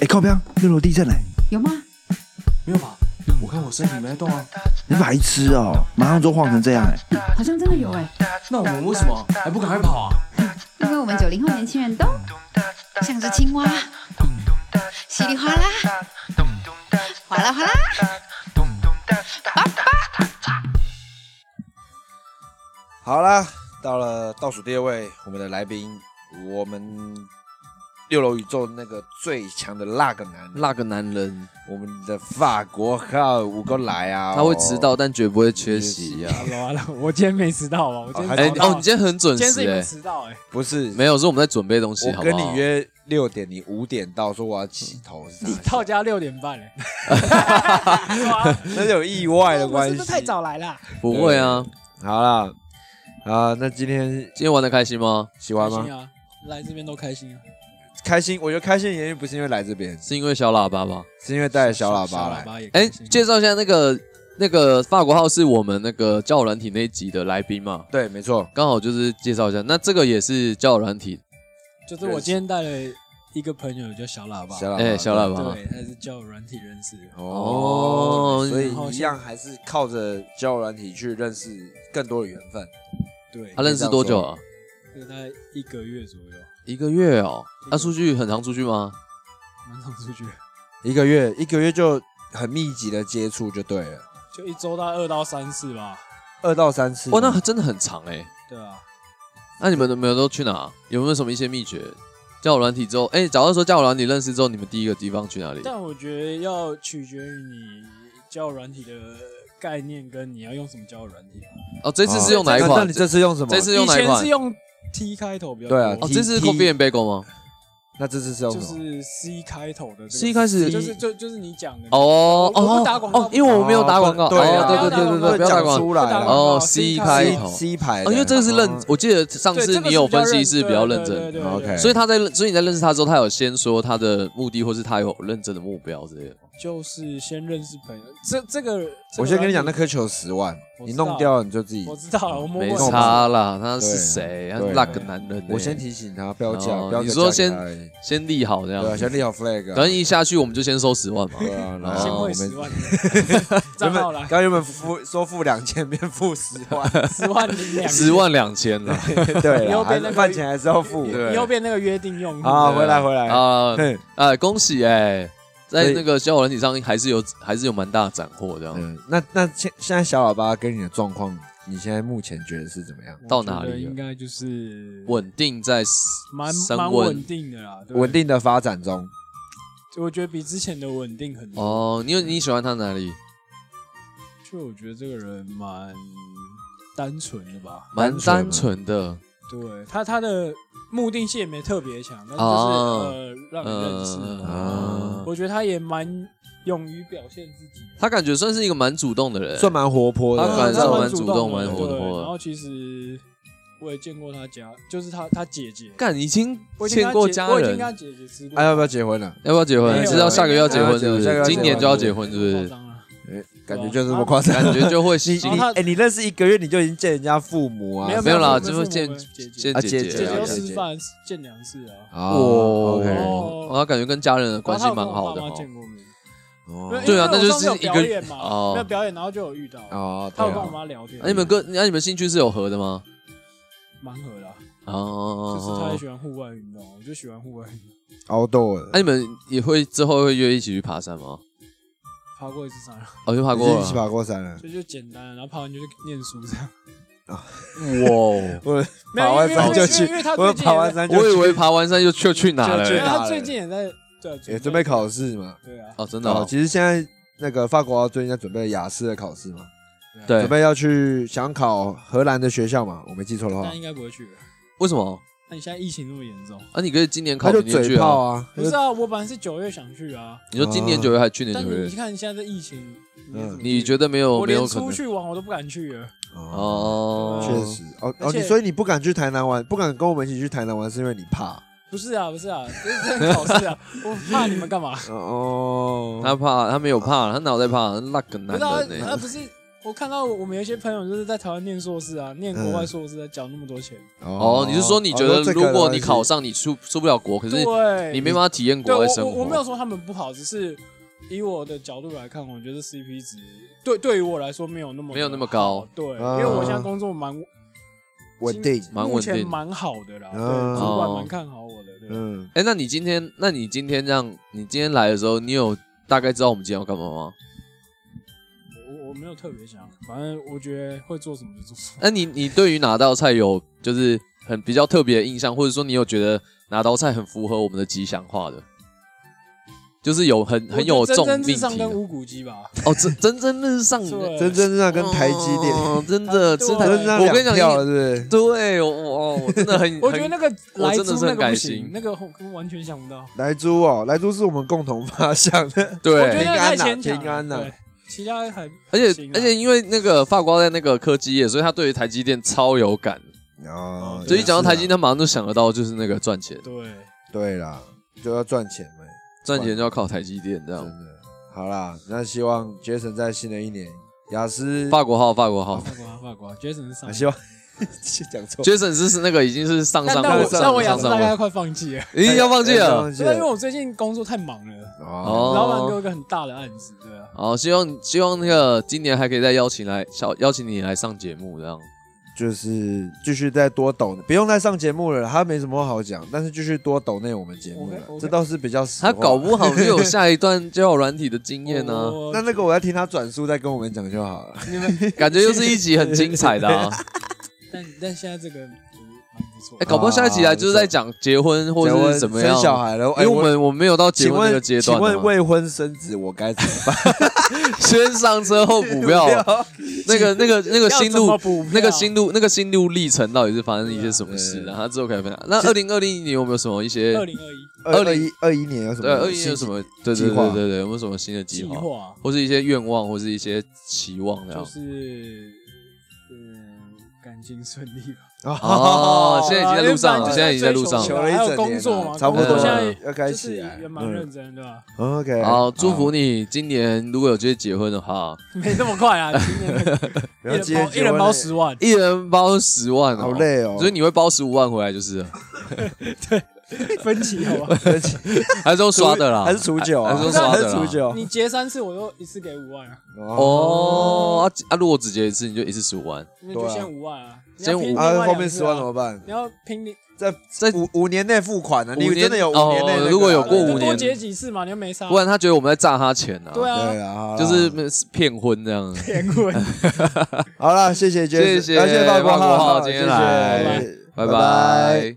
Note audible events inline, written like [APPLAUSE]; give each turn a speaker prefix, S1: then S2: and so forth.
S1: 哎，靠边！六楼地震嘞、
S2: 有吗？
S3: 没有吧？我看我身体没在动啊。
S1: 你白痴哦、马上就晃成这样哎、
S2: 好像真的有哎、
S3: 那我们为什么还不赶快跑啊？
S2: 因为我们九零后年轻人都像只青蛙，稀里哗啦，哗啦哗啦。
S4: 好啦，到了倒数第二位，我们的来宾，我们六楼宇宙那个最强的那个男人，
S3: 那个男人
S4: 我们的法国号五哥来啊，
S5: 哦
S3: 他会迟到，但绝不会缺席啊。
S5: Hello Hello，我今天没迟到吧？我今
S4: 哦
S5: 天
S4: 还
S3: 哎
S5: 早
S4: 迟
S5: 到
S4: 到
S3: 哦，你今天很准
S5: 今天是
S3: 时
S5: 你们
S3: 哎，
S5: 迟到哎，
S4: 不是，
S3: 没有，是我们在准备东西，好
S4: 我
S3: 不
S4: 跟
S3: 好？
S4: 你约六点，你五点到，说我要洗头，是啥
S5: 你到家六点半哎，
S4: 那有意外的
S5: 我
S4: 关
S5: 是
S4: 系
S5: 不是。太早来啦？
S3: 不会啊。
S4: 好啦，啊、那今天
S3: 今天玩的开心吗？
S4: 喜欢
S5: 开
S4: 吗？
S5: 心啊，来这边都开心啊。
S4: 开心，我觉得开心的原因不是因为来这边，
S3: 是因为小喇叭吧？
S4: 是因为带着小喇叭
S5: 小
S4: 来。
S5: 也
S3: 哎，
S5: 开心。
S3: 介绍一下那个那个法国号是我们那个教软体那一集的来宾嘛，
S4: 对，没错，
S3: 刚好就是介绍一下。那这个也是教软体，
S5: 就是我今天带了一个朋友叫小喇叭，
S4: 小喇叭，
S3: 哎，小喇叭
S5: 对，他是叫软体认识的。
S4: 哦
S3: 哦，
S4: 所以一样还是靠着交友软体去认识更多的缘分。
S5: 对，
S3: 他认识多久啊？
S5: 这个大概一个月左右，
S3: 一个月哦。
S5: 一个
S3: 他出去很常出去吗？
S5: 蛮常出去的，
S4: 一个月，一个月就很密集的接触就对了，
S5: 就一周到二到三次吧。
S4: 二到三次。
S3: 哇，那真的很长哎。
S5: 对啊，
S3: 那你们有没有都去哪？有没有什么一些秘诀？教软体之后，哎，假如说教软体认识之后，你们第一个地方去哪里？
S5: 但我觉得要取决于你教软体的概念跟你要用什么教软体吧。
S3: 哦，这次是用哪一
S4: 那
S3: 款
S4: 那你？这次用什么？
S3: 这次
S5: 以
S3: 用哪一
S5: 前
S3: 款
S5: 是？用 T 开头比较多，
S4: 对啊
S3: 哦，
S4: T-
S3: 这次是
S4: T-
S3: Coffee and Bagel 吗？
S4: 那这次是用
S5: 就
S4: 什么？
S5: 是 C 开头的这个
S3: C 开始
S5: 就是就就是你讲的
S3: 哦
S5: 我我
S3: 哦
S5: 不打广告
S3: 哦，因为我没有打广告。
S4: 哦对啊
S3: 哦对对对对对，
S4: 不
S3: 不要打
S4: 讲
S3: 广告。
S4: 出来
S5: 不打
S4: 啊
S5: 广告
S3: 哦
S5: C
S3: C
S5: 开
S3: 开
S5: 头
S3: 头
S4: C C 牌的。嗯
S3: 哦，因为这个是认，我记得上
S5: 对，这
S3: 次
S5: 个
S3: 你有分析是比较认
S5: 对
S3: 真。
S5: 对对对
S4: OK
S3: 所以他在，所以你在认识他之后，他有先说他的目的，或是他有认真的目标之类的。
S5: 就是先认识朋友。这这个，这个
S4: 我先跟你讲，那
S5: 软体
S4: 颗球十万，
S5: 我
S4: 你
S5: 知道
S4: 弄掉了你就自己
S5: 我。知道了，我摸
S3: 没
S5: 过
S4: 弄
S5: 了。
S3: 差啊啦，他
S4: 对
S3: 是谁？他
S4: 对
S3: 那个男人呢？
S4: 我先提醒他，不要叫，
S3: 哦
S4: 不要
S3: 你
S4: 叫
S3: 说
S4: 他
S3: 先
S4: 而已
S3: 先立好这
S4: 对啊，
S3: 样，
S4: 先立好 flag 啊。
S3: 等一下去我们就先收十万嘛。
S4: 对啊，然
S5: 先
S4: 后我
S5: 汇
S3: 哦
S4: 们
S5: 十
S4: 原
S5: 万， [LAUGHS] 账
S3: [LAUGHS]
S4: 本
S5: 号啦
S4: 刚，刚原本付说付两千，变付十
S3: [LAUGHS]
S4: 万，
S5: 十万零两，
S3: 十，万两千了
S4: 对
S5: 以后
S4: 啦，还
S5: 变那
S4: 是
S5: 个
S4: 饭钱还是要付。
S3: 对
S5: 以后变那个约定用户。
S4: 啊，回来回来，
S3: 啊！
S4: 嘿
S3: 哎，恭喜哎，
S4: 所
S3: 在
S4: 以
S3: 那个交友软体上还是有还是有蛮大的斩获这样。
S4: 嗯，那那现现在小喇叭跟你的状况，你现在目前觉得是怎么样？
S3: 到哪里了
S5: 我觉得应该就是
S3: 稳定在
S5: 蛮
S3: 升
S5: 蛮稳
S3: 温
S5: 定的啦，对
S4: 稳。定的发展中，
S5: 我觉得比之前的稳定很多。
S3: 哦。你有你喜欢他哪里？
S5: 就我觉得这个人蛮单纯的吧，
S3: 蛮单
S4: 单
S3: 纯的，
S5: 对他他的目的性也没特别强，但是就是、
S3: 哦
S5: 呃让你认识
S3: 嗯
S5: 嘛、
S4: 啊
S5: 我觉得他也蛮勇于表现自己，
S3: 他感觉算是一个蛮主动的人，
S4: 算蛮活泼
S3: 他
S4: 的。
S3: 感
S4: 啊
S3: 觉
S5: 他
S3: 蛮主
S5: 主
S3: 动
S5: 动
S3: 蛮
S5: 的
S3: 活
S5: 对
S3: 泼的
S5: 然后其实我也见过他家，就是他他姐姐，
S3: 干已经
S5: 我已经
S3: 见
S5: 跟
S3: 过
S5: 他姐
S3: 家
S5: 我已经
S3: 人
S5: 跟，他姐姐吃过，
S4: 哎，要不要结婚了？
S3: 要不要结
S5: 没
S3: 婚？
S5: 有
S3: 知道下个月要结婚是不
S4: 下个月
S3: 是？
S4: 要结婚
S3: 今年就要结婚是不
S5: 夸
S3: 是？
S5: 张啊
S4: 哎感觉就是这么夸张。
S3: 感觉就会吸
S4: 你
S5: 然后
S4: [LAUGHS] 你
S5: 他
S4: 哎，你认识一个月你就已经见人家父母啊？
S5: 没有
S3: 没有啦，
S5: 我
S3: 就
S5: 们
S3: 会
S5: 父母
S3: 见
S5: 我们姐姐
S3: 见
S4: 啊
S3: 姐
S4: 姐
S5: 姐姐
S4: 啊
S5: 要
S4: 姐
S3: 姐。
S4: 姐
S5: 吃饭见两次啊，
S4: 哦
S3: 对
S4: ，OK，
S5: 哦
S3: 他感觉跟家人的关系蛮
S5: 然后
S3: 好
S5: 他有跟
S3: 的
S5: 我爸妈
S3: 哦。
S5: 见过面，
S4: 哦
S5: 因为
S3: 对
S5: 因为
S3: 啊
S5: 我
S3: 那就
S5: 上次有
S3: 是一个
S5: 表演嘛，
S3: 哦
S5: 没有表演，然后就有遇到，
S4: 哦，
S5: 他
S4: 对
S5: 有跟我
S4: 啊，
S5: 妈聊天
S3: 那，你们跟那你们兴趣是有合的吗？
S5: 蛮合的啊、
S3: 哦，
S5: 就是他也喜欢户外运动，我就喜欢户外运动，
S4: 凹豆了
S3: 那，啊你们也会之后会约一起去爬山吗？
S5: 爬过一次山，
S3: 哦，就爬
S4: 已
S3: 过
S4: 经一
S3: 了
S4: 起。爬过山了。
S5: 所以就简单，然后爬完就去念书这样。
S3: 哇，哦
S4: 我
S5: 没有
S4: 爬完
S5: 因为
S4: 山
S5: 因为
S4: 就去
S5: 因为他，最
S4: 我
S5: 近
S4: 爬完山就
S3: 我以
S4: 去
S3: 为爬完山就去去哪
S5: 也在，因为
S3: 了？
S5: 他最近也在对
S4: 也准备，考试嘛。
S5: 对啊，
S3: 哦，真的
S4: 哦
S3: 哦，
S4: 其实现在那个法国最近在准备雅思的考试嘛，
S3: 对
S5: 啊
S3: 啊
S4: 准，备要去想考荷兰的学校嘛，我没记错的话
S5: 但，应该不会去了。
S3: 为什么？
S5: 那你现在疫情那么严重，
S3: 啊，你可以今年考
S4: 他就
S3: 明年去
S4: 嘴炮
S3: 啊。
S4: 啊，他
S5: 不
S4: 就是
S5: 啊？我本来是九月想去啊，
S3: 你说今年九月还是去年
S5: 但
S3: 嗯九
S5: 是
S3: 月
S5: 你？看现在这疫情，
S4: 嗯
S3: 你觉
S5: 得？
S3: 得没有
S5: 我
S3: 哦没有
S5: 连
S3: 可能
S5: 出？去玩我都不敢去了，
S4: 哦，
S3: 哦，
S4: 确实，哦哦，
S5: 而且
S4: 你所以你不敢去台南玩，不敢跟我们一起去台南玩，是因为你怕
S5: 不是啊，不是啊， [LAUGHS] 这是在考
S3: [LAUGHS]
S5: 试啊，我怕你们干嘛？
S4: 哦
S3: 他怕，他没有怕，他脑袋怕，那
S5: 不
S3: 个男
S5: 是啊，
S3: 人呢、
S5: 那不是我看到我们有一些朋友就是在台湾念硕士啊，念国外硕士的，缴那么多钱。
S3: 哦，你是说你觉得如果你考，上，你出出不了国，可是
S5: 对，啊
S3: 你没办法体验
S5: 对啊
S3: 国
S5: 我
S3: 外生
S5: 我我没有
S3: 活？
S5: 说他们不好，只是以我的角度来看，我觉得 CP 值对对于我来说没有那么
S3: 没有那么高
S5: 好对，因
S4: 啊
S5: 为我现在工作蛮
S4: 哦这个那是稳定，
S3: 蛮
S5: 目
S3: 稳定哦
S5: 前蛮好的啦，
S4: 啊
S5: 对，主管蛮看好我的，对。
S4: 嗯，
S3: 哎，那你今天，那你今天让你今天来的时候，你有大概知道我们今天要干嘛吗？
S5: 我我没有特别想，反正我觉得会做什么就做什么。
S3: 那你你对于哪道菜有就是很比较特别的印象，或者说你有觉得哪道菜很符合我们的吉祥话的？就是有很很有
S5: 我觉得
S3: 重
S5: 蒸蒸
S3: 命
S5: 日
S3: 题啊
S5: 上
S3: 的
S5: 跟五谷鸡吧，
S3: 哦，蒸蒸蒸日上，
S5: 对
S4: 真正让跟台积电，
S3: 哦真的
S5: 对
S3: 吃
S5: 真
S3: 台
S5: 的，，
S4: 真正
S3: 我跟你讲
S4: 票了是
S3: 对，我哦我我真的很
S5: [LAUGHS] 我觉得那个
S3: 我
S5: 来
S3: 真的
S5: 猪
S3: 是
S5: 那
S3: 很
S5: 个不
S3: 开心
S5: 行，那个我完全想不到。
S4: 不是莱猪哦，莱猪是我们共同发想的
S3: 很，对，啊
S5: 我觉得太
S4: 平安呐
S5: 牵强了
S4: 平安呐
S5: 对其他还
S3: 而且
S5: 行啊
S3: 而且因为那个法国在那个科技业，所以他对于台积电超有感，
S4: 哦，
S3: 所以一讲到台积，
S4: 电，
S3: 他马上就想得到就是那个赚钱，
S5: 对，
S4: 对啦，就要赚钱呗。
S3: 赚钱就要靠台积电这样
S4: 真。的。好啦，那希望 Jason 在新的一年，雅思，
S3: 法国号，法国号
S5: 法国啊法国啊，Jason 是上
S4: 啊、。
S3: 哎
S4: 希望 [LAUGHS] 讲错，
S3: ，Jason 是是那个已经是上
S5: 但
S3: 上
S5: 但
S3: 位
S5: 我
S4: 上
S5: 但我
S3: 上
S5: 养成
S3: 上上
S5: 大概
S3: 位，
S5: 快放弃了，
S3: 已经要放弃啊
S4: 哎
S3: 了。
S5: 对，因为我最近工作太忙了，
S4: 啊哦，
S5: 老板给我一个很大的案子，对啊，
S3: 好，希望希望那个今年还可以再邀请来小邀请你来上节目这样。
S4: 就是继续再多抖，不用再上节目了，他没什么好讲，但是继续多抖内我们节目了
S5: OK，OK
S4: 这倒是比较实话
S3: 他搞不好就有下一段交友软体的经验啊呢、
S5: 我
S4: 那那个我要听他转述再跟我们讲就好了。
S5: 你们，
S3: 感觉又是一集很精彩的啊！
S5: 但但现在这个嗯蛮不错
S3: 哎，
S5: 的，
S3: 搞不好下一集来就是在讲结婚 [LAUGHS] 或
S4: 啊结
S3: 者
S4: 婚
S3: 是怎么样
S4: 生小孩了？
S3: 因
S4: 哎
S3: 为我们我们没有到结
S4: 请
S3: 婚那个
S4: 问
S3: 阶段
S4: 请
S3: 啊。
S4: 问未婚生子我该怎么
S3: [LAUGHS]
S4: 办？
S3: 先上车后补票，那个那个那个心路
S5: 要怎么补票
S3: 那个心路那个心路历程到底是发生一些什么事
S4: 对
S3: 啊？他之后可以分享。那二零二零你有没有什么一些
S5: 二零二一
S4: [LAUGHS] 二二一二一年有什么？
S3: 对二一有什？么对对
S4: 计划
S3: 对对对有没有什么新的计
S5: 计
S3: 划，
S5: 划
S3: 或是一些愿望，或是一些期望这
S5: 就
S3: 样？
S5: 是
S3: 啊
S5: 嗯感情顺利吧，
S3: 哦，现在已经在路上
S5: 好
S3: 了，
S5: 啦
S3: 现在已经在路上
S5: 因为
S4: 求
S5: 本
S3: 了。
S4: 了一
S5: 还有
S4: 整
S5: 工
S4: 年
S5: 作
S4: 了
S5: 嘛
S4: 差不
S5: 工
S4: 多
S5: 作现
S4: 了
S5: 在
S4: 要开
S5: 就
S4: 始
S5: 是
S4: 了
S5: 也蛮
S4: 嗯
S5: 认真的啊对吧？
S4: OK，
S3: 好，祝福你今年如果有机会结婚的话，
S5: 没那么快啊，今年
S4: [LAUGHS]
S5: 那个
S4: 不要
S5: 一
S4: 接
S5: 人包一人包十
S4: [LAUGHS]
S5: 万，
S3: 一人包十万哦，
S4: 好累哦 [LAUGHS]
S3: 所以你会包十五万回来就是了，
S5: 分期好吧？
S3: 还是用刷的啦，
S4: 还是除酒啊，
S3: 还是用刷
S4: 还
S3: 的
S4: 是
S3: 啦
S4: 除酒
S5: 你结三次，我就一次给五万啊，
S3: 哦，啊啊！如果只结一次，你就一次十五万，
S5: 那就先五万啊，你要
S3: 先
S5: 拼
S3: 五
S5: 另外
S4: 啊，后
S5: 两
S4: 面
S5: 次
S4: 十
S5: 啊
S4: 万怎么办？
S5: 你要拼你
S4: 在
S3: 在
S4: 五五年内付款呢？
S3: 五
S4: 你
S3: 年
S4: 真的有五年内那个啊？
S3: 哦如果有过
S5: 就
S3: 五年
S5: 多结几次嘛，你又没杀
S3: 不。然他觉得我们在诈他钱啊。
S5: 对
S4: 对
S5: [LAUGHS] 啊，
S4: 啦，好啦
S3: 就是骗婚这样。
S5: 连滚。
S4: 好了，谢谢 Jason，
S3: 谢谢
S4: 啊谢谢法国
S3: 法国号
S4: 号，
S3: 今天
S4: 谢谢
S3: 来
S4: 拜拜。
S3: 拜。